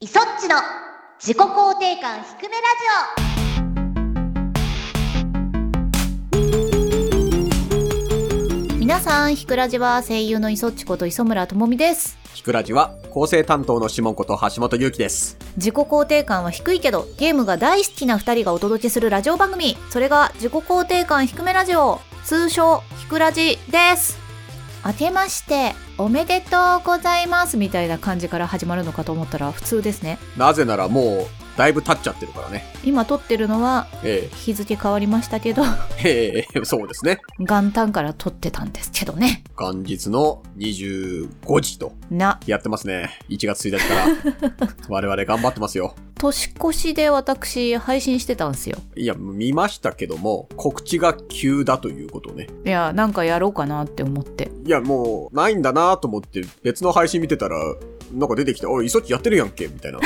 イソッチの自己肯定感低めラジ皆さん、ひくらじは声優の磯っちこと磯村智美です。ひくらじは構成担当のシモンこと橋本ゆうきです。自己肯定感は低いけど、ゲームが大好きな二人がお届けするラジオ番組。それが自己肯定感低めラジオ。通称、ひくらじです。明けまして、おめでとうございますみたいな感じから始まるのかと思ったら普通ですね。なぜならもう、だいぶ経っちゃってるからね。今撮ってるのはえ日付変わりましたけど、 え、ええ、そうですね。元旦から撮ってたんですけどね。元日の25時と、な、やってますね。1月1日から。我々頑張ってますよ。年越しで私配信してたんすよ。いや、見ましたけども、告知が急だということね。いや、なんかやろうかなって思って。いや、もう、ないんだなと思って、別の配信見てたら、なんか出てきて、おい、イソッチやってるやんけ、みたいな。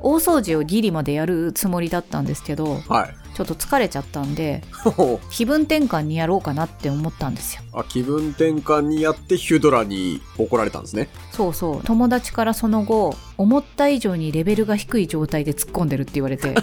大掃除をギリまでやるつもりだったんですけどはい。 ちょっと疲れちゃったんでほう気分転換にやろうかなって思ったんですよあ、気分転換にやって、ヒュドラに怒られたんですね。そうそう友達からその後思った以上にレベルが低い状態で突っ込んでるって言われて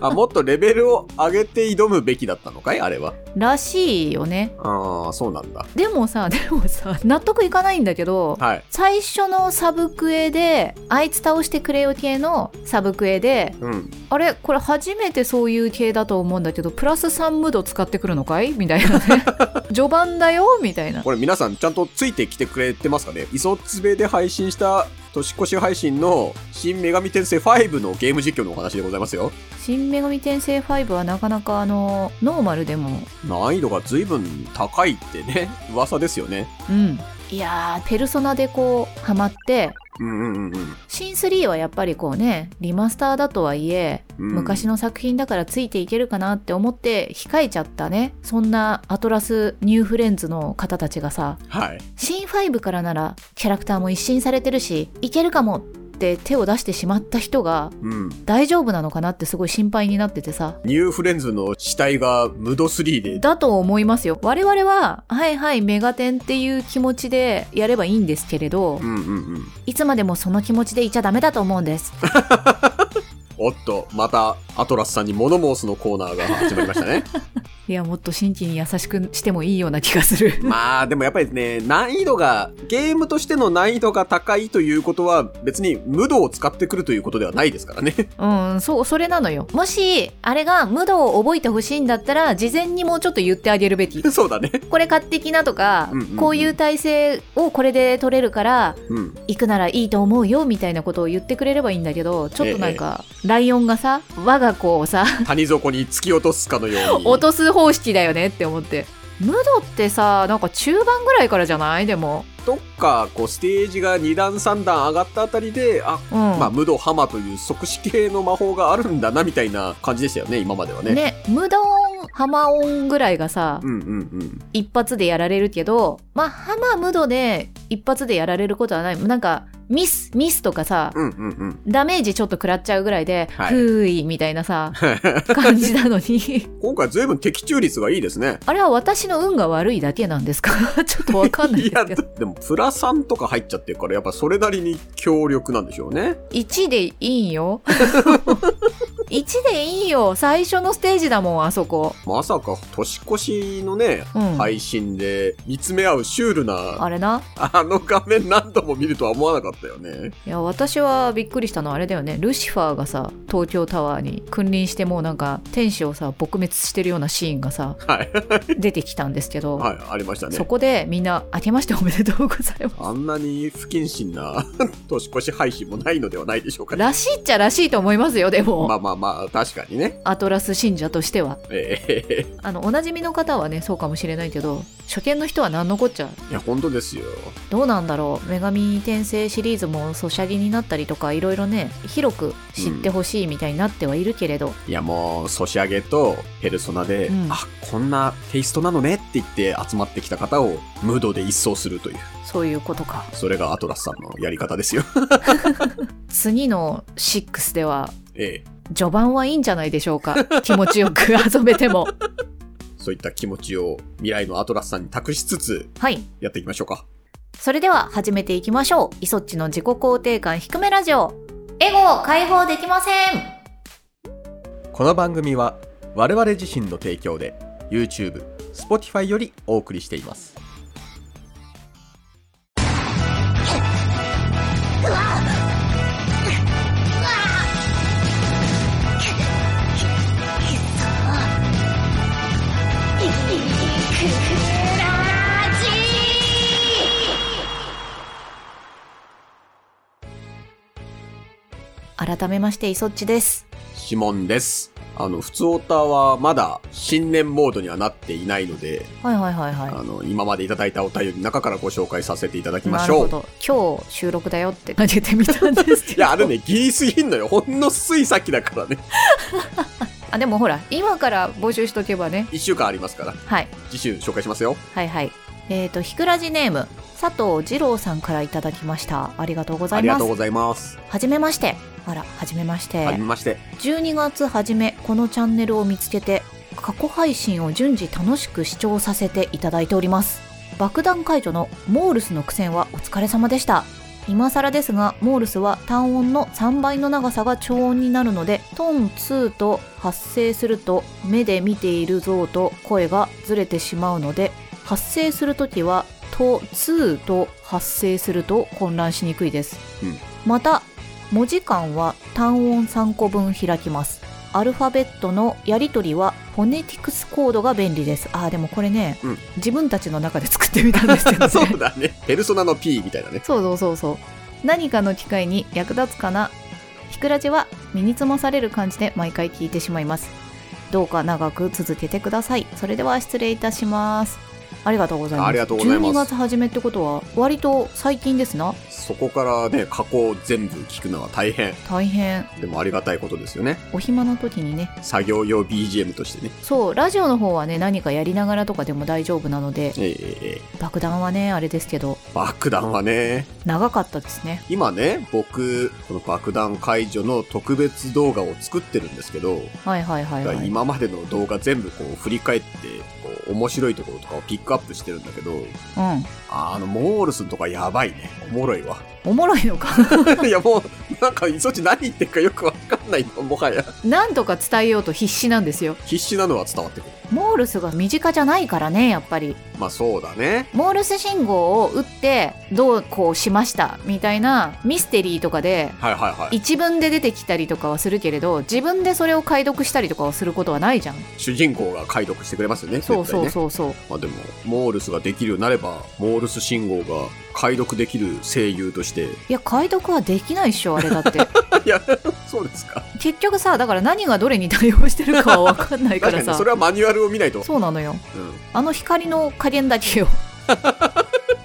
あ、もっとレベルを上げて挑むべきだったのかいあれは。らしいよねああ、そうなんだ。でもさでもさ納得いかないんだけどはい。最初のサブクエであいつ倒してくれよ系のサブクエでうん。あれこれ初めてそういう系だと思うんだけどプラス3ムード使ってくるのかい みたいなね序盤だよみたいなこれ皆さんちゃんとついてきてくれてますかね磯つべで配信した年越し配信の新女神転生5のゲーム実況のお話でございますよ。新女神転生5はなかなかあのノーマルでも難易度が随分高いってね、 噂ですよね。うんいやーペルソナでこうハマってうんうんうん新3はやっぱりこうねリマスターだとはいえうん。昔の作品だからついていけるかなって思って控えちゃったねそんなアトラスニューフレンズの方たちがさうん。はい。新5からならキャラクターも一新されてるしいけるかもって手を出してしまった人がうん。大丈夫なのかなってすごい心配になっててさニューフレンズの死体がムド3で、だと思いますよ。我々は、はいはい、メガテンっていう気持ちでやればいいんですけれどう、んうんうん。いつまでもその気持ちでいちゃダメだと思うん です。おっと、またアトラスさんに物申すのコーナーが始まりましたね。いや、もっと新規に優しくしてもいいような気がす る。まあでもやっぱりね、難易度が、ゲームとしての難易度が高いということは別に無度を使ってくるということではないですからね。 うん、そう、それなのよ。もし、あれが無道を覚えてほしいんだったら、事前にもうちょっと言ってあげるべき。そうだね。これ買ってきなとかうんうんう、んこういう体勢をこれで取れるから、うん。行くならいいと思うよ、みたいなことを言ってくれればいいんだけど、ちょっとなんか、ライオンがさ、我が子をさ、谷底に突き落とすかのように。落とす方式だよねって思って。ムドってさ、なんか中盤ぐらいからじゃないでも。どっか、こう、ステージが2段3段上がったあたりで、あ、うん。まあ、無度ハマという即死系の魔法があるんだな、みたいな感じでしたよね、今まではね。ね、ムドン、ハマオンぐらいがさ、うんうんうん。一発でやられるけど、まあ、ハマムドで一発でやられることはない。なんか、ミス、ミスとかさ、うんうんうん。ダメージちょっと食らっちゃうぐらいで、はいふーい、みたいなさ、感じなのに。今回随分的中率がいいですね。あれは私の運が悪いだけなんですか ちょっとわかんないで いすや、けど。でも、プラ3とか入っちゃってるから、やっぱそれなりに強力なんでしょうね。 1でいいん よ。1でいいよ。最初のステージだもん、あそこ。まさか、年越しのね、うん。配信で見つめ合うシュールな、あれな。あの画面何度も見るとは思わなかったよね。いや、私はびっくりしたのはあれだよね。ルシファーがさ、東京タワーに君臨してもうなんか、天使をさ、撲滅してるようなシーンが さ、はい。出てきたんですけど、はい、ありましたねそ。こでみんな、明けましておめでとうございます。あんなに不謹慎な 年越し配信もないのではないでしょうかね。らしいっちゃらしいと思いますよ、でも。まあまあまあ、確かにね。アトラス信者としては。ええあの、おなじみの方はね、そうかもしれないけど、初見の人は何のこっちゃいや、本当ですよ。どうなんだろう女神転生シリーズもソシャゲになったりとかいろいろね広く知ってほしいみたいになってはいるけれど、いや、もう、ソシャゲとペルソナで、うんあ、こんなテイストなのねって言って集まってきた方を無度で一掃するという。そういうことかそれがアトラスさんのやり方ですよ。 次の6ではええ序盤はいいんじゃないでしょうか気持ちよく遊べてもそういった気持ちを未来のアトラスさんに託しつつはいやっていきましょうか。それでは始めていきましょう。イソッチの自己肯定感低めラジオ。エゴを解放できませんこの番組は我々自身の提供で YouTube、Spotify よりお送りしています。改めましてイソッチです。指紋です。あの、普通オタはまだ新年モードにはなっていないので、はいはいはいはい。あの、今までいただいたお便りの中からご紹介させていただきまなしるょほう。ど。今日収録だよって投げてみたんですけど。いや、あれね、ギリすぎんのよ。ほんのつい先だからね。 あ、でもほら、今から募集しとけばね。 1週間ありますから。はい。次週紹介しますよ。はいはい。えっ、と、ひくらじネーム、佐藤二郎さんからいただきました。ありがとうござあいりがまとすう。ございます。はじめまして。あら、はじめまして。はじめまして。 12月初めこのチャンネルを見つけて過去配信を順次楽しく視聴させていただいております爆弾解除のモールスの苦戦はお疲れ様でした今更ですがモールスは単音の3倍の長さが長音になるのでトーン2と発生すると目で見ている像と声がずれてしまうので発生するときはト2と発生すると混乱しにくいです、うんまた文字間は単音3個分開きますアルファベットのやり取りはフォネティクスコードが便利ですあーでもこれね、うん自分たちの中で作ってみたんですけどね そうだね。ペルソナの P みたいなね。そうそうそうそう何かの機会に役立つかなひくらじは身につまされる感じで毎回聞いてしまいますどうか長く続けてくださいそれでは失礼いたしますありがとうございますありがとうございます12月初めってことは割と最近ですなそこからね、加工全部聞くのは大変。大変でもありがたいことですよね。お暇な時にね作業用 BGM としてね。そうラジオの方はね何かやりながらとかでも大丈夫なのでえーえーえ爆弾はねあれですけどー爆弾はね、長かったですね今ね、僕、この爆弾解除の特別動画を作ってるんですけど、はいはいはいはい今までの動画全部こう振り返って、こう面白いところとかをピックアップしてるんだけど、うああの、モールスのとかやばいね。おもろい わ。んおもろいのか いや、もう、なんか、いそっち何言ってるかよくわかんないの、もはや。なんとか伝えようと必死なんですよ必死なのは伝わってくる。モールスが身近じゃないからねやっぱりまあ、そうだね。モールス信号を打ってどうこうしましたみたいなミステリーとかではいはいはい。一文で出てきたりとかはするけれど自分でそれを解読したりとかはすることはないじゃん、主人公が解読してくれますよね。そうそう絶対ねそうそうまあ、でも、モールスができるようになれば、モールス信号が解読できる声優として。いや解読はできないっしょあれだって いや、そうですか。結局さだから何がどれに対応してるかは分かんないか確からにね、さそれはマニュアルを見ないと。そうなのようん。あの光の加減だけよ ちょっ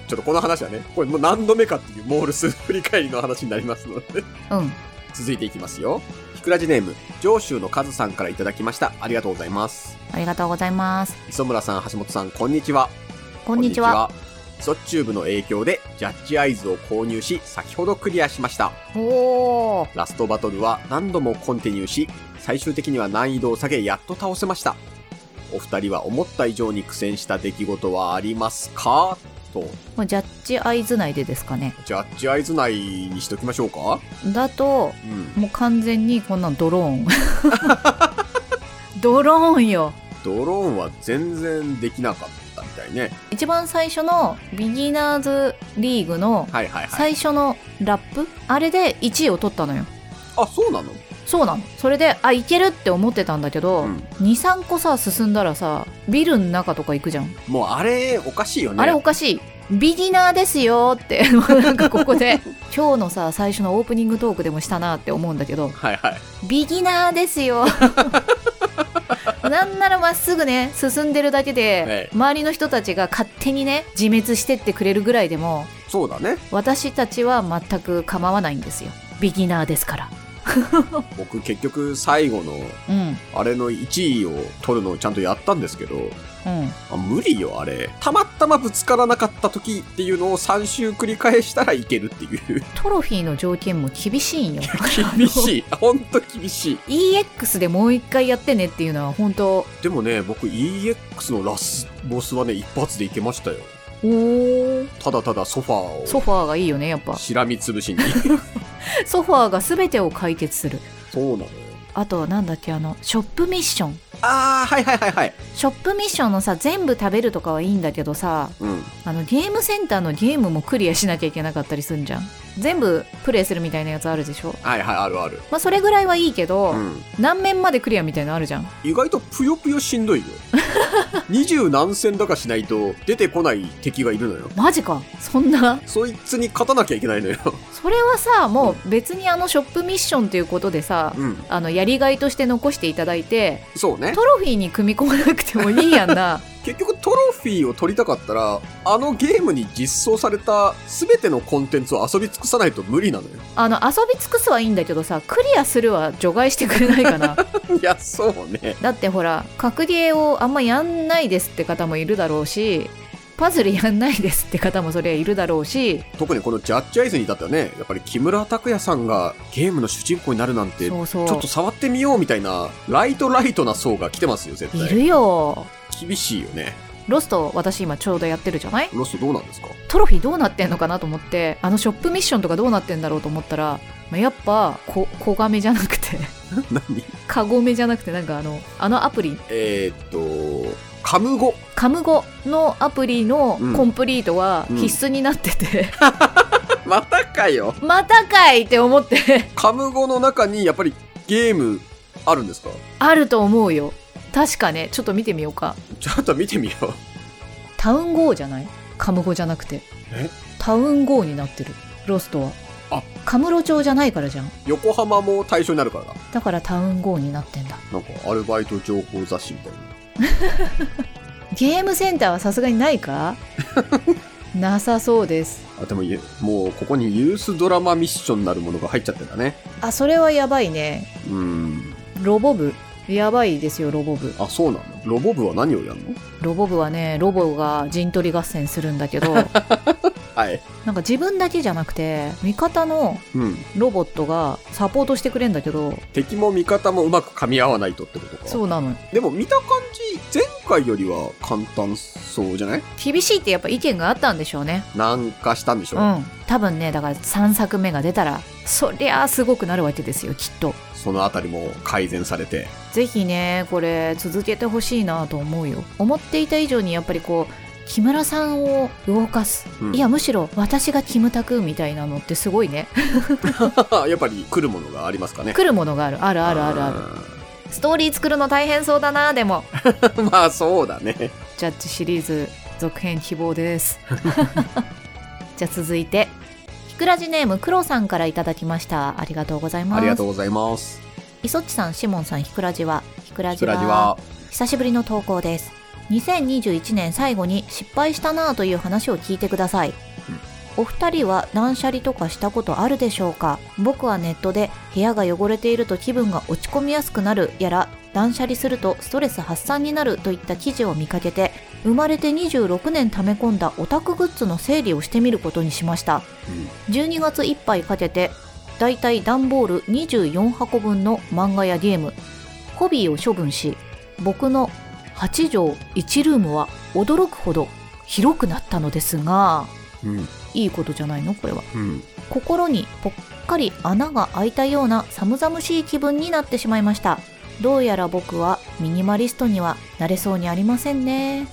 とこの話はね、これもう何度目かっていうモールス振り返りの話になりますので。 うん続いていきますよ。ひくらじネーム、上州のカズさんからいただきました。ありがとうございます。ありがとうございます磯村さん、橋本さん、こんにちは。こんにちは。ソッチューブの影響でジャッジアイズを購入し、先ほどクリアしました。おーラストバトルは何度もコンティニューし、最終的には難易度を下げ、やっと倒せました。お二人は思った以上に苦戦した出来事はありますかと、もうジャッジアイズ内でですかねジャッジアイズ内にしときましょうかだとうん。もう完全にこんなんドローン ドローンよドローンは全然できなかったみたいね。一番最初のビギナーズリーグのはいはいはい。最初のラップ、あれで1位を取ったのよあ、そうなのそうなのそれであいけるって思ってたんだけど、うん23個さ進んだらさビルの中とか行くじゃんもうあれ、おかしいよね。あれおかしい。ビギナーですよって もうなんかここで今日のさ最初のオープニングトークでもしたなって思うんだけどはいはい。ビギナーですよなんならまっすぐね進んでるだけえでえ周りの人たちが勝手にね自滅してってくれるぐらいでもそうだね。私たちは全く構わないんですよビギナーですから僕結局最後のうんあれの1位を取るのをちゃんとやったんですけど、うんあ無理よあれ。たまたまぶつからなかった時っていうのを3周繰り返したらいけるっていう。トロフィーの条件も厳しいんよ厳しい。ほんと厳しい。 EX でもう一回やってねっていうのは本当でもね、僕 EX のラスボスはね、一発でいけましたよ。おーただただソファーソをファーがいいよねやっぱしらみ つぶしにソファーが全てを解決するそうなのよあとはなんだっけあのショップミッションああはいはいはいはいショップミッションのさ全部食べるとかはいいんだけどさうんあのゲームセンターのゲームもクリアしなきゃいけなかったりすんじゃん全部プレイするみたいなやつあるでしょはいはいあるあるまあそれぐらいはいいけど、うん何面までクリアみたいなのあるじゃん意外とぷよぷよしん どいよ二十何戦だかしないと出てこない敵がいるのよマジかそんなそいつに勝たなきゃいけないのよそれはさもう別にあのショップミッションということでさ、うんあのやりがいとして残していただいてそうねトロフィーに組み込まなくてもいいやん な結局トロフィーを取りたかったらあのゲームに実装された全てのコンテンツを遊び尽くさないと無理なのよあの遊び尽くすはいいんだけどさクリアするは除外してくれないかな いやそうねだってほら格ゲーをあんまやんないですって方もいるだろうしパズルやんないですって方もそりゃいるだろうし特にこのジャッジアイズに至ってはねやっぱり木村拓哉さんがゲームの主人公になるなんてちょそうそうっと触ってみようみたいなライトライトな層が来てますよ絶い対るよ厳しいよねロスト私今ちょうどやってるじゃないロストどうなんですかトロフィーどうなってんのかなと思ってあのショップミッションとかどうなってんだろうと思ったら、まあ、やっぱこ小亀じゃなくて 何カゴメじゃなくてなんかあのあのアプリえー、っとカム語カムゴのアプリのうんコンプリートはうん必須になってて、 またかよまたかいって思ってカム語の中にやっぱりゲームあるんですかあると思うよ確かねちょっと見てみようかちょっと見てみようタウンゴーじゃないカムゴじゃなくてえタウンゴーになってるロストはあカムロ町じゃないからじゃん横浜も対象になるからなだからタウンゴーになってんだなんかアルバイト情報雑誌みたいなゲームセンターはさすがにない かなさそうですあでもゆもうここにユースドラマミッションなるものが入っちゃってんだねあそれはやばいねうーんロボ部やばいですよロボ部あそうなのロボ部は何をやるのロボ部はねロボが陣取り合戦するんだけ どはいなんか自分だけじゃなくて味方のうんロボットがサポートしてくれんだけど敵も味方もうまく噛み合わないとってことかそうなのでも見た感じ前回よりは簡単そうじゃない厳しいってやっぱ意見があったんでしょうねなんかしたんでしょうん多分ねだから3作目が出たらそりゃあすごくなるわけですよきっとそのあたりも改善されてぜひねこれ続けてほしいなと思うよ思っていた以上にやっぱりこう木村さんを動かす、うんいやむしろ私がキムタクみたいなのってすごいね やっぱり来るものがありますかね来るものがあるあるあるあるあるるストーリー作るの大変そうだなでもまあそうだねジャッジシリーズ続編希望です じゃあ続いてひくらじネームクロさんからいただきましたありがとうございますありがとうございますいそっちさんしもんさんひくらじはひくらじスはラジは久しぶりの投稿です2021年最後に失敗したなぁという話を聞いてください、お二人は断捨離とかしたことあるでしょうか僕はネットで部屋が汚れていると気分が落ち込みやすくなるやら断捨離するとストレス発散になるといった記事を見かけて生まれて26年溜め込んだオタクグッズの整理をしてみることにしました12月いっぱいかけてだいたい段ボール24箱分の漫画やゲームコビーを処分し僕の8畳1ルームは驚くほど広くなったのですがうんうんいいことじゃないのこれはうん心にぽっかり穴が開いたような寒々しい気分になってしまいましたどうやら僕はミニマリストにはなれそうにありませんね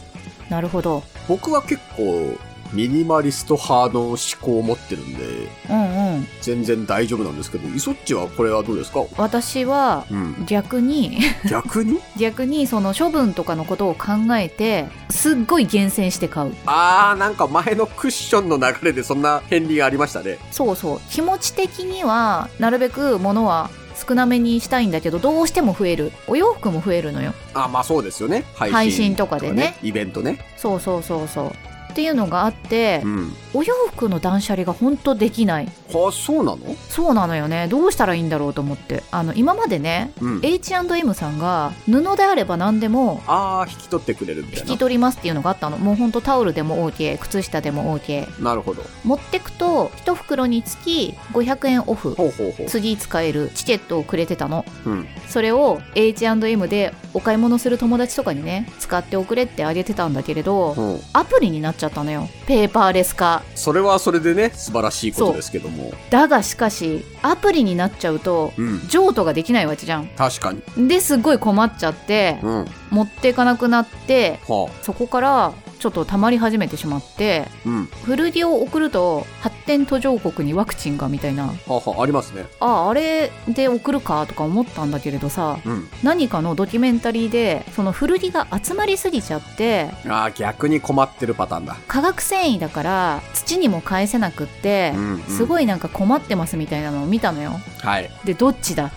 なるほど僕は結構ミニマリスト派の思考を持ってるんでうんうん全然大丈夫なんですけどイソッチはこれはどうですか私はうん逆に逆に逆にその処分とかのことを考えてすっごい厳選して買う あーなんか前のクッションの流れでそんな変理がありましたねそうそう気持ち的にはなるべく物は少なめにしたいんだけどどうしても増えるお洋服も増えるのよあまあそうですよね配信配信とかでねイベントねそうそうそうそうっていうのがあってうんお洋服の断捨離が本当できないあそうなのそうなのよねどうしたらいいんだろうと思ってあの今までねうん H&M さんが布であれば何でもああ引き取ってくれるみたい引なき取りますっていうのがあったのもうほんとタオルでも OK 靴下でも OK なるほど持ってくと1袋につき500円オフほうほうほ次使えるチケットをくれてたのう、うん、それを H&M でお買い物する友達とかにね使っておくれってあげてたんだけどうんアプリになっちゃゃったのよ。ペーパーレス化。それはそれでね、素晴らしいことですけども。だがしかし、アプリになっちゃうと、うん。譲渡ができないわけじゃん。確かに。ですごい困っちゃって、うん。持っていかなくなって、はあ。そこからちょっと溜まり始めてしまって、うん。古着を送ると発展途上国にワクチンがみたいなはあはあ、ありますね。ああれで送るかとか思ったんだけれどさうん。何かのドキュメンタリーでその古着が集まりすぎちゃってああ、逆に困ってるパターンだ。化学繊維だから土にも返せなくってうん、うん。すい。ごいなんか困ってますみたいなのを見たのよはい。でどっち だ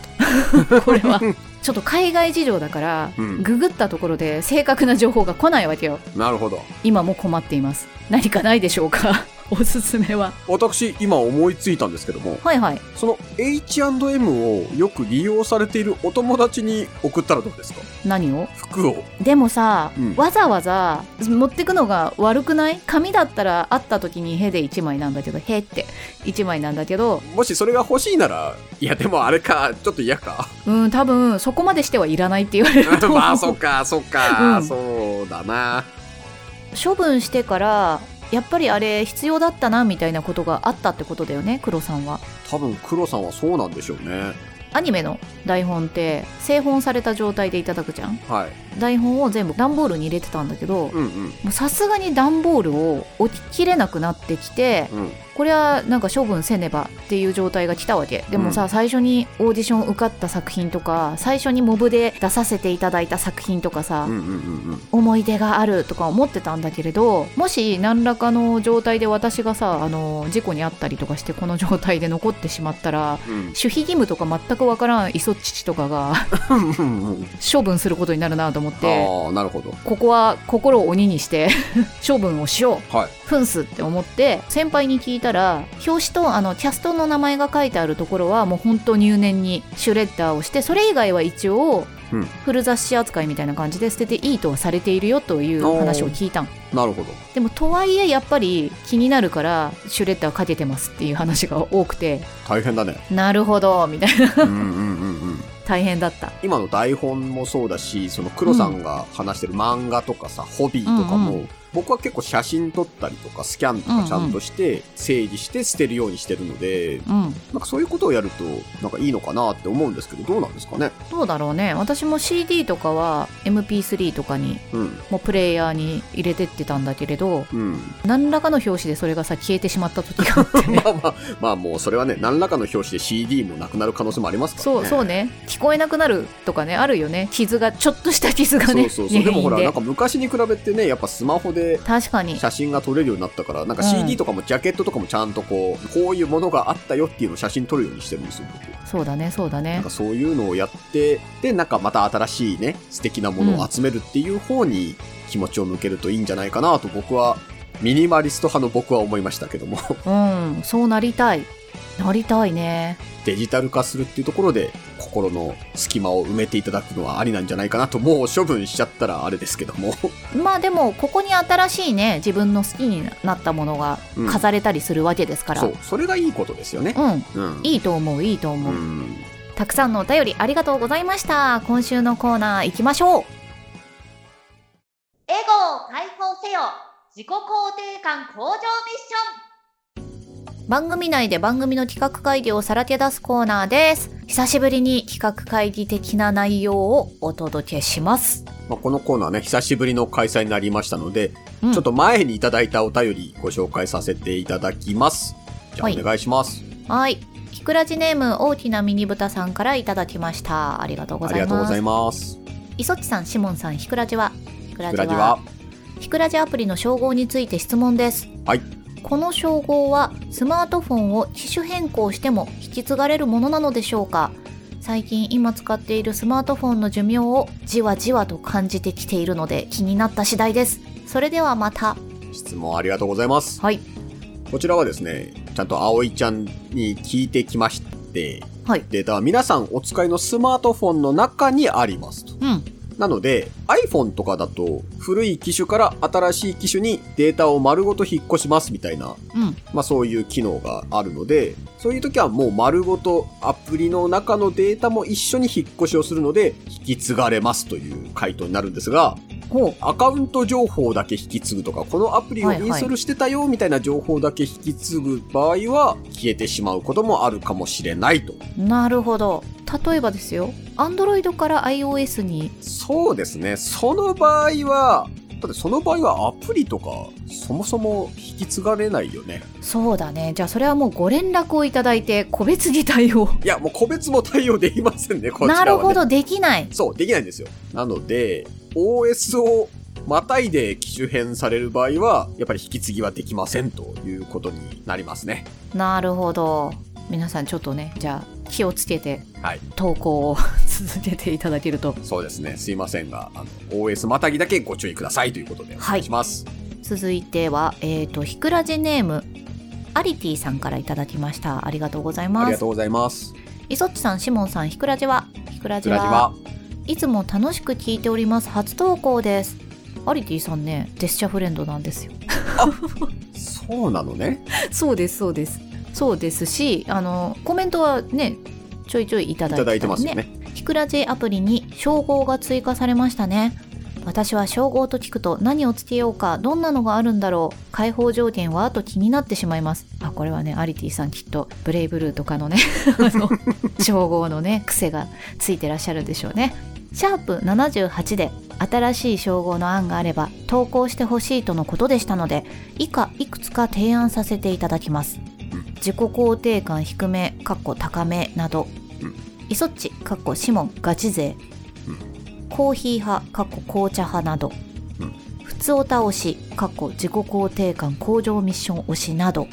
とこれはちょっと海外事情だから、うんググったところで正確な情報が来ないわけよなるほど。今も困っています何かないでしょうか おすすめは私、今思いついたんですけども、はいはいその H&M をよく利用されているお友達に送ったらどうですか何を服を。でもさ、うんわざわざ持ってくのが悪くない紙だったら会った時に「へ」で1枚なんだけど「へ」って1枚なんだけどもしそれが欲しいなら、いやでもあれか、ちょっと嫌 か。 うん多分そこまでしてはいらないって言われると思う、まあ、そっか、そっか、うんそうだな。処分してからやっぱりあれ必要だったなみたいなことがあったってことだよね黒さんは多分、黒さんはそうなんでしょうね。アニメの台本って製本された状態でいただくじゃんはい。台本を全部段ボールに入れてたんだけどもうんうん。うさすがに段ボールを置ききれなくなってきてうん。これはなんか処分せねばっていう状態が来たわけでもさ、う最初にオーディション受かった作品とか最初にモブで出させていただいた作品とかさ、うんうんうんうん。思い出があるとか思ってたんだけれどもし何らかの状態で私がさあの事故に遭ったりとかしてこの状態で残ってしまったらうん守秘義務とか全くわからん磯っちとかが うんうんうん。処分することになるなと思ってああ、なるほど。ここは心を鬼にして 処分をしようはい。フンスって思って先輩に聞いたら表紙とあのキャストの名前が書いてあるところはもう本当入念にシュレッダーをしてそれ以外は一応うん古雑誌扱いみたいな感じで捨てていいとはされているよという話を聞いたんなるほど。でもとはいえやっぱり気になるからシュレッダーかけてますっていう話が多くて大変だね。なるほどみたいなうんうんうんうん。大変だった今の台本もそうだし、その黒さんが話してる漫画とかさ、ホビーとかも、うんう僕は結構写真撮ったりとか、スキャンとかちゃんとして、整理して捨てるようにしてるので、うんなんかそういうことをやると、なんかいいのかなって思うんですけど、どうなんですかねどうだろうね私も CD とかは MP3 とかにうん、もうプレイヤーに入れてってたんだけれどうん。何らかの表紙でそれがさ消えてしまった時があって まあまあ、まあもうそれはね、何らかの表紙で CD もなくなる可能性もありますからそね。うそうね聞こえなくなるとかねあるよね傷がちょっとした傷がねそうそうそう。でもほら、原な因んか昔に比べてね、やっぱスマホで確かに写真が撮れるようになったから、なんかうん CD とかもジャケットとかもちゃんとこう、こういうものがあったよっていうのを写真撮るようにしてるんですよ、僕そうだねそうだなんねかそういうのをやって、で、なんかまた新しいね、素敵なものを集めるっていう方に気持ちを向けるといいんじゃないかなと僕は、ミニマリスト派の僕は思いましたけども、 うんそうなりたいなりたいねデジタル化するっていうところで、心の隙間を埋めていただくのはありなんじゃないかなと、もう処分しちゃったらあれですけども。まあでもここに新しいね自分の好きになったものがうん飾れたりするわけですから、そうう、それがいいことですよね。んうん。いいと思ういいと思うう、ん。たくさんのお便りありがとうございました今週のコーナー行きましょうエゴを解放せよ自己肯定感向上ミッシ番組内で番組の企画会議をさらけ出すコーナーです久しぶりに企画会議的な内容をお届けしますまあ、このコーナーね、久しぶりの開催になりましたので、うんちょっと前にいただいたお便りご紹介させていただきます。じゃはあいお願いします。はいキクラジネーム大きなミニブタさんからいただきましたありがとうごあざりいがとうまござすいます。磯地さんシモンさんひくらじはひくらグじラはジは。ひくらじアプリの称号について質問ですはいこの称号はスマートフォンを機種変更しても引き継がれるものなのでしょうか最近今使っているスマートフォンの寿命をじわじわと感じてきているので気になった次第ですそれではまた質問ありがとうございます。はいこちらはですね、ちゃんと葵ちゃんに聞いてきまして、はいデータは皆さんお使いのスマートフォンの中にありますと。うんなので、iPhone とかだと、古い機種から新しい機種にデータを丸ごと引っ越しますみたいな、うんまあそういう機能があるので、そういう時はもう丸ごとアプリの中のデータも一緒に引っ越しをするので、引き継がれますという回答になるんですが、ほう。アカウント情報だけ引き継ぐとか、このアプリをはいはいインストールしてたよみたいな情報だけ引き継ぐ場合は、消えてしまうこともあるかもしれないと。なるほど。例えばですよ。Android から iOS に。そうですね。その場合は、だってその場合はアプリとか、そもそも引き継がれないよね。そうだね。じゃあそれはもうご連絡をいただいて、個別に対応。いや、もう個別も対応できませんね、こちらなは、ね。るほど、できない。そう、できないんですよ。なので、OS をまたいで機種変される場合は、やっぱり引き継ぎはできませんということになりますね。なるほど。皆さんちょっとね、じゃあ気をつけて、はい投稿を 続けていただけると。そうですね。すいませんが、あの、OS またぎだけご注意くださいということでお願いします。続いては、えっ、と、ひくらじネーム、アリティさんからいただきました。ありがとうございあまりがすと。うございます。いそっちさん、シモンさん、ひくらじは。ひくらつじらじは。はいつも楽しく聞いております。初投稿です。アリティさんね、デッシャフレンドなんですよ。 そうなのね。そうです、そうです。そうですし、あの、コメントはね、ちょいちょいいたいだいたてただりいてますよね。ひくら J アプリに称号が追加されましたね。私は称号と聞くと何をつけようか、どんなのがあるんだろう、解放条件はと気になってしまいます。あ、これはね、アリティさんきっとブレイブルーとかのね、あの、称号のね、癖がついてらっしゃるんでしょうね。シャープ78で新しい称号の案があれば投稿してほしいとのことでしたので、以下いくつか提案させていただきますうん。自己肯定感低め、かっこ高めなどイソッチ、かっこシモン、ガチ勢、うんコーヒー派、かっこ紅茶派など、うん普通お倒し、かっこ自己肯定感向上ミッション推しなど、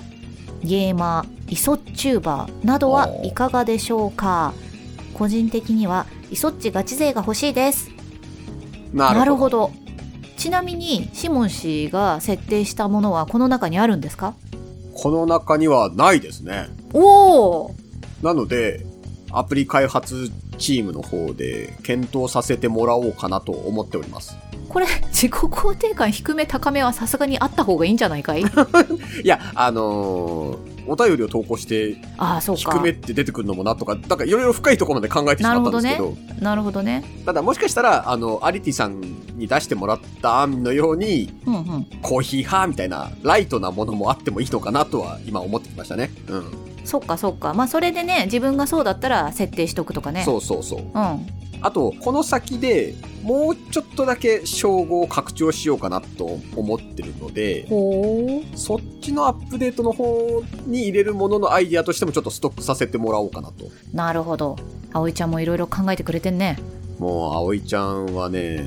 ゲーマー、イソッチューバーなどはいかがでしょうか個人的には、イソッチガチ勢が欲しいです。ななるるほほど。ど。ちなみに、シモン氏が設定したものはこの中にあるんですかこの中にはないですね。おおなので、アプリ開発チームの方で検討させてもらおうかなと思っております。これ、自己肯定感低め高めはさすがにあった方がいいんじゃないか いいや、あのーお便りを投稿して、ああ、そうか。低めって出てくるのもなとか、なんかいろいろ深いところまで考えてしまったんですけなるど、なるほどね。ただもしかしたら、あの、アリティさんに出してもらった案のように、うんうん。コーヒー派みたいな、ライトなものもあってもいいのかなとは、今思ってきましたね。うん。そっかそっか。まあそれでね、自分がそうだったら設定しとくとかね。そうそうそう。うん。あと、この先で、もうちょっとだけ称号を拡張しようかなと思ってるので、ほう。そっちのアップデートの方に入れるもののアイディアとしてもちょっとストックさせてもらおうかなと。なるほど。葵ちゃんもいろいろ考えてくれてんね。もう、葵ちゃんはね、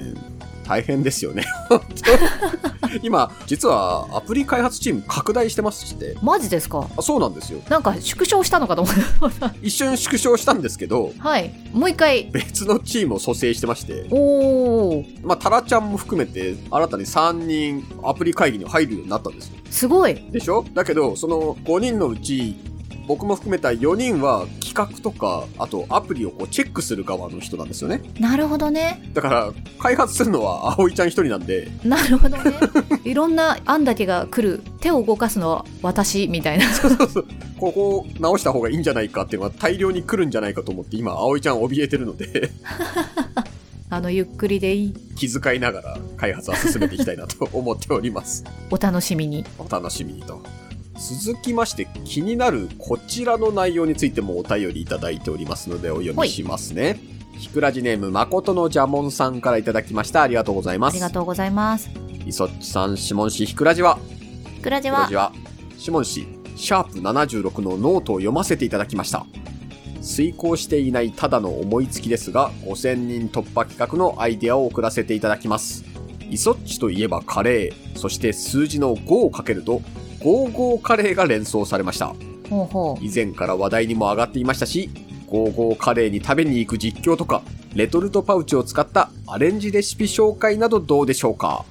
大変ですよね。 本当 今、実はアプリ開発チーム拡大してまして、マジですかあそうなんですよ。なんか縮小したのかと思う。 一瞬縮小したんですけど、はい。もう一回。別のチームを蘇生してまして、おー。まあ、タラちゃんも含めて、新たに3人アプリ会議に入るようになったんですよ。すごい。でしょだけど、その5人のうち、僕も含めた4人は企画とか、あとアプリをこうチェックする側の人なんですよね。なるほどね。だから、開発するのは葵ちゃん一人なんで、なるほどね。いろんな案だけが来る。手を動かすのは私みたいな。 ここを直した方がいいんじゃないかっていうのは大量に来るんじゃないかと思って、今、葵ちゃん怯えてるので、 あの、ゆっくりでいい。気遣いながら開発は進めていきたいなと思っております。お楽しみに。お楽しみにと。続きまして、気になるこちらの内容についてもお便りいただいておりますので、お読みしますね。ひくらじネーム、まことのジャモンさんからいただきました。ありがとうございあます。りがとうございます。いそっちさん、しもんし、ひくらじはくらじこんはにち。は。シモン氏、シャープ76のノートを読ませていただきました。遂行していないただの思いつきですが、5000人突破企画のアイデアを送らせていただきます。イソッチといえばカレー、そして数字の5をかけると、55カレーが連想されました。ほうほう。以前から話題にも上がっていましたし、55カレーに食べに行く実況とか、レトルトパウチを使ったアレンジレシピ紹介などどうでしょうか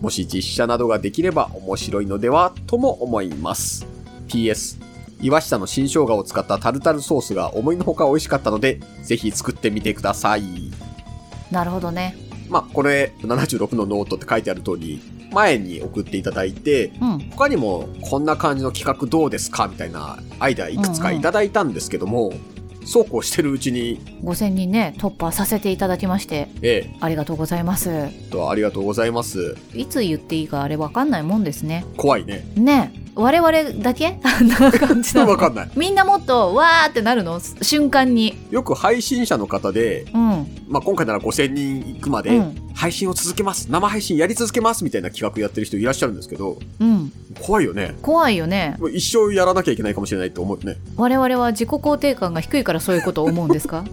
もし実写などができれば面白いのではとも思います。PS、岩下の新生姜を使ったタルタルソースが思いのほか美味しかったので、ぜひ作ってみてください。なるほどね。まあ、これ、76のノートって書いてある通り、前に送っていただいて、うん。他にもこんな感じの企画どうですかみたいなアイデアいくつかいただいたんですけども、そうこうしてるうちに、 5000人ね、突破させていただきまして、えありがとうございます。え、とありがとうございます。いつ言っていいかあれわかんないもんですね。怖いね。ねえ我々だけ あんな感 じなわのかんない。みんなもっとわーってなるの瞬間に。よく配信者の方で、うん。まあ、今回なら5000人いくまで、うん。配信を続けます生配信やり続けますみたいな企画やってる人いらっしゃるんですけど、うん。怖いよね。怖いよね。もう一生やらなきゃいけないかもしれないと思う よね。我々は自己肯定感が低いからそういうことを思うんですか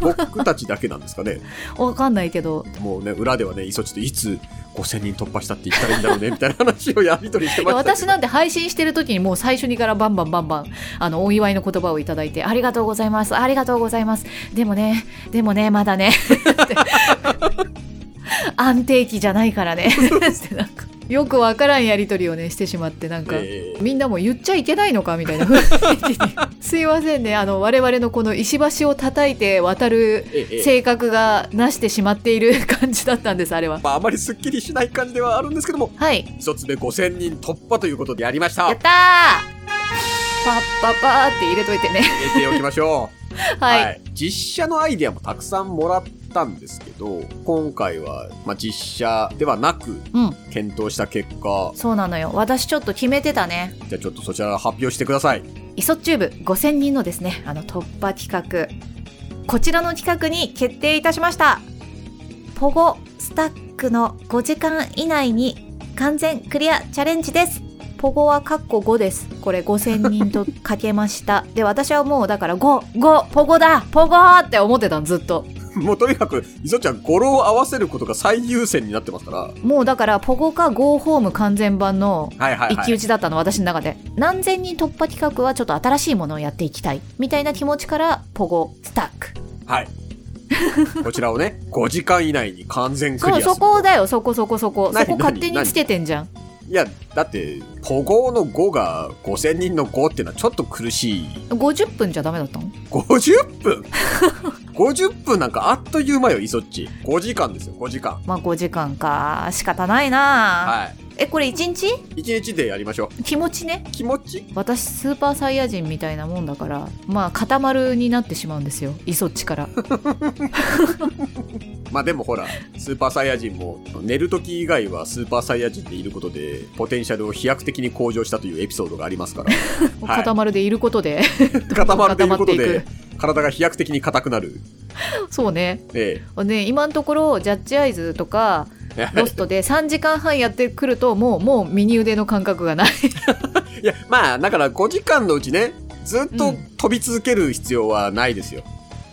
僕たちだけなんですかね。わかんないけど。もうね、裏ではね、いそちょっといつ5000人突破したって言ったらいいんだろうね、みたいな話をやり取りしていまやしたけ私ど。なんて配信してる時にもう最初にからバンバンバンバンあのお祝いの言葉をいただいて「ありがとうございますありがとうございますでもねでもねまだね」 って安定期じゃないからね」 ってなんかよくわからんやり取りをねしてしまってなんか。えーみんなも言っちゃいけないのかみたい な雰囲気にすいませんねあの我々のこの石橋を叩いて渡るえーえー性格がなしてしまっている感じだったんですあれはまあ、あまりスッキリしない感じではあるんですけども、はい一つ目5000人突破ということでやりましやた。っ入たーパッパッパーって入れといてねれておきましょう。 はい、実写のアイデアもたくさんもらったんですけど、今回は、まあ、実写ではなく、うん検討した結果、そうなのよ私ちょっと決めてたねじゃあちょっとそちら発表してください。 イソチューブ5000人のですねあの突破企画こちらの企画に決定いたしましたポゴスタックの5時間以内に完全クリアチャレンジですポゴはカッコ5ですこれ5000人とかけました で私はもうだから55ポゴだポゴーって思ってたのずっともうとにかく、磯ちゃん、語呂を合わせることが最優先になってますから。はもうだからポゴかゴーホーム完全版のいはいは一騎い。打ちだったの私の中で何千人突破企画はちょっと新しいものをやっていきたいみたいな気持ちからポゴスタックはい。 こちらをね、5時間以内に完全クそリアうする。そこだよそこそこそこ何そこ勝手に何つけてんじゃんいや、だって、古豪の5が5000人の5ってのはちょっと苦しい。 50分じゃダメだったの50分 ?50 分なんかあっという間よ、磯っち。5時間ですよ、5時間。まあ5時間か仕方ないな、はえこれ1日い。1日でやりましょ気持ちねう。気持ち私スーパーサイヤ人みたいなもんだからまあ固まるになってしまうんですよいそっちからまあでもほら、スーパーサイヤ人も、寝る時以外はスーパーサイヤ人でいることで、ポテンシャルを飛躍的に向上したというエピソードがありま すから。 はい固まるでいることで 固まるということ固まっでて、体が飛躍的に硬くなる。そうね えね今のところジャッジアイズとかえ。ロストで3時間半やってくるともうもう右腕の感覚がないいや、まあ、だから5時間のうちね、ずっうとん飛び続ける必要はないですよ。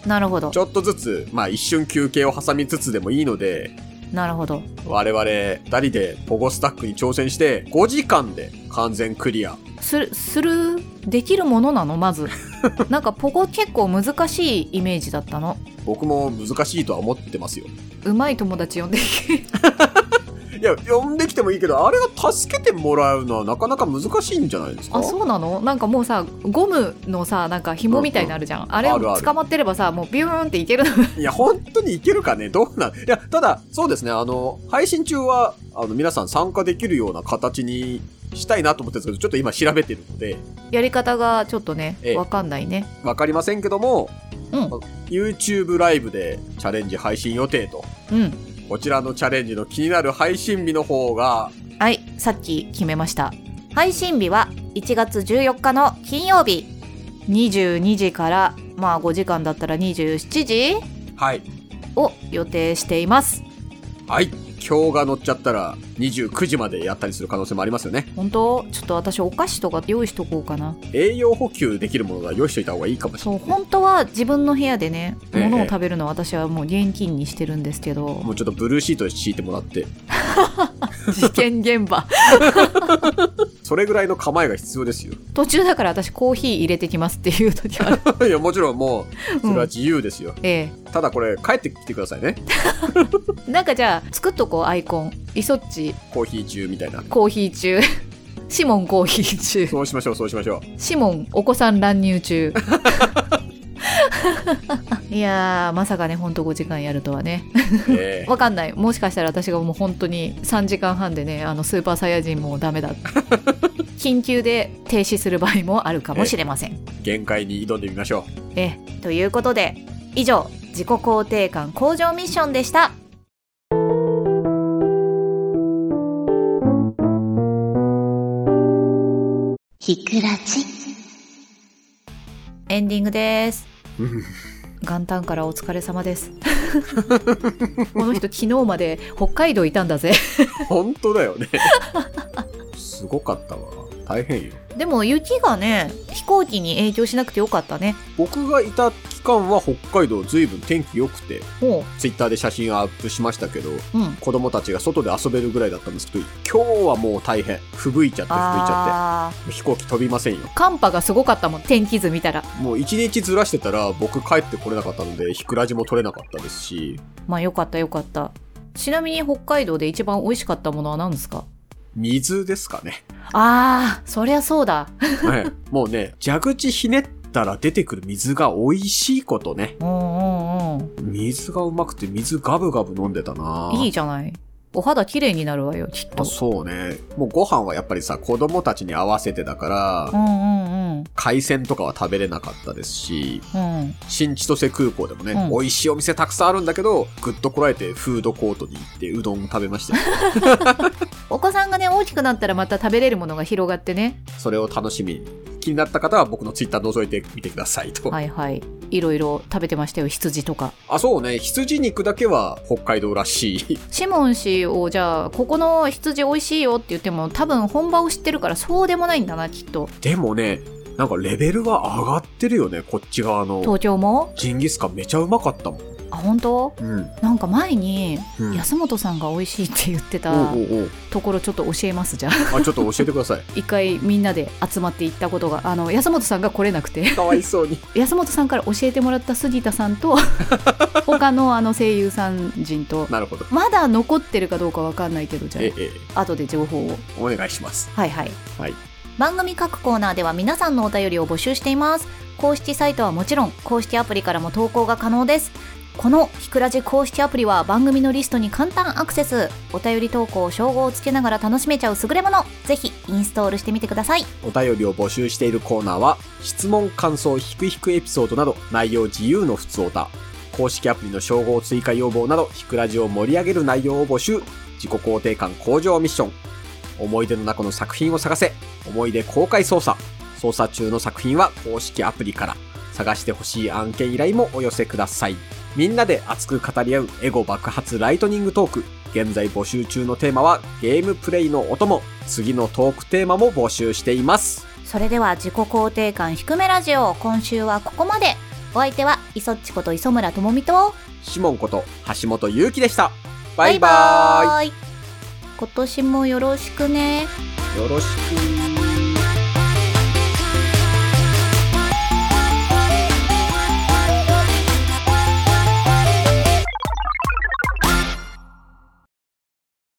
なるほどちょっとずつ、まあ一瞬休憩を挟みつつでもいいので、なるほど我々2人でポゴスタックに挑戦して、5時間で完全クリア。するするできるものなのまず なんかポゴ結構難しいイメージだったの僕も難しいとは思ってますよ。うまい友達呼んでいや、呼んできてもいいけど、あれは助けてもらうのはなかなか難しいんじゃないですかあそうなのなんかもうさゴムのさなんか紐みたいにあるじゃん、あれあるあをる捕まってればさもうビューンっていけるのいや、本当にいけるかねどうなんいや、ただ、そうですね、あの、配信中は、あの、皆さん参加できるような形にしたいなと思ってるんですけど、ちょっと今調べてるので、 やり方がちょっとねええわかんないねわかりませんけども、うん YouTube ライブでチャレンジ配信予定と、うんこちらのチャレンジの気になる配信日の方が、はいさっき決めました配信日は1月14日の金曜日22時からまあ5時間だったら27時はい。を予定していますはい。今日が乗っちゃったら29時までやったりする可能性もありますよね。本当ちょっと私お菓子とか用意しとこうかな栄養補給できるものが用意しといた方がいいかもしれそうないね。本当は自分の部屋でねええ物を食べるのは私はもう現金にしてるんですけどもうちょっとブルーシートで敷いてもらって、 事件現場それぐらいの構えが必要ですよ。 途中だから私コーヒー入れてきますっていう時ある、いや、もちろんもう、それうはん自由ですよ。 えただこれ、帰ってきてくださいね。えなんかじゃあ作っとこうアイコンイソッチコーヒー中みたいな。コーヒー中シモンコーヒー中そうしましょう、そうしましょう。シモンお子さん乱入中 いやーまさかねほんと5時間やるとはね えわかんないもしかしたら私がもう本当に3時間半でねあのスーパーサイヤ人もうダメだ緊急で停止する場合もあるかもしれません。限界に挑んでみましょええということで以上自己肯定感向上ミッションでしたひくらじ。エンディングですう。 元旦からお疲れ様です この人昨日まで北海道いたんだぜ本当だよね。すごかったわ。大変よ。でも雪がね飛行機に影響しなくてよかったね僕がいた期間は北海道随分天気良くて、もツイッターで写真アップしましたけど、ううん子供たちが外で遊べるぐらいだったんですけど、今日はもう大変。吹雪いちゃって、吹雪いちゃあって。飛行機飛びませんよ。ー寒波がすごかったもん天気図見たらもう一日ずらしてたら、僕帰ってこれなかったので、ひくらじも取れなかったですし、まあよかったよかったちなみに北海道で一番美味しかったものは何ですか水ですか ね。あーそりゃそうだはい。もうね、蛇口ひねったら出てくる水が美味しいことね。うんうんうん水がうまくて水ガブガブ飲んでたないいじじゃない。お肌綺麗になるわよ、きっと。そうね。もうご飯はやっぱりさ、子供たちに合わせてだかうら、んうんうん。海鮮とかは食べれなかったですし、うん。新千歳空港でもね、うん美味しいお店たくさんあるんだけど、ぐっとこらえてフードコートに行ってうどん食べましたよ。お子さんがね、大きくなったらまた食べれるものが広がってね。それを楽しみに。気になった方は僕のツイッター覗いてみてくださいと。はいはい。いろいろ食べてましたよ、羊とか。あ、そうね。羊肉だけは北海道らしい。シモン氏を、じゃあ、ここの羊美味しいよって言っても、多分本場を知ってるからそうでもないんだな、きっと。でもね、なんかレベルは上がってるよね、こっち側の。東京もジンギスカンめちゃうまかったもん。あ、本当うん。なんか前に、うん、安本さんが美味しいって言っておたうおうおうところちょっと教えます、じゃあ。 あ、ちょっと教えてください。一回みんなで集まって行ったことが、あの、安本さんが来れなくて。 かわいそうに。安本さんから教えてもらった杉田さんと 他のあの声優さん人と なるほど。まだ残ってるかどうかわかんないけどじゃええ、あ後で情報をお願いします。はいはいはい。番組各コーナーでは皆さんのお便りを募集しています公式サイトはもちろん公式アプリからも投稿が可能ですこのひくらじ公式アプリは番組のリストに簡単アクセスお便り投稿を称号をつけながら楽しめちゃう優れものぜひインストールしてみてくださいお便りを募集しているコーナーは、質問、感想、ひくひくエピソードなど、内容自由の普通おた。公式アプリの称号追加要望など、ひくらじを盛り上げる内容を募集。自己肯定感向上ミッション。思い出の中の作品を探せ。思い出公開捜査。捜査中の作品は公式アプリから。探してほしい案件依頼もお寄せください。みんなで熱く語り合うエゴ爆発ライトニングトーク。現在募集中のテーマはゲームプレイのお供。次のトークテーマも募集しています。それでは自己肯定感低めラジオ今週はここまでお相手は磯っちこと磯村智美とシモンこと橋本ゆうきでした。バイババイバーイ今年もよろしくねイ。よろしく。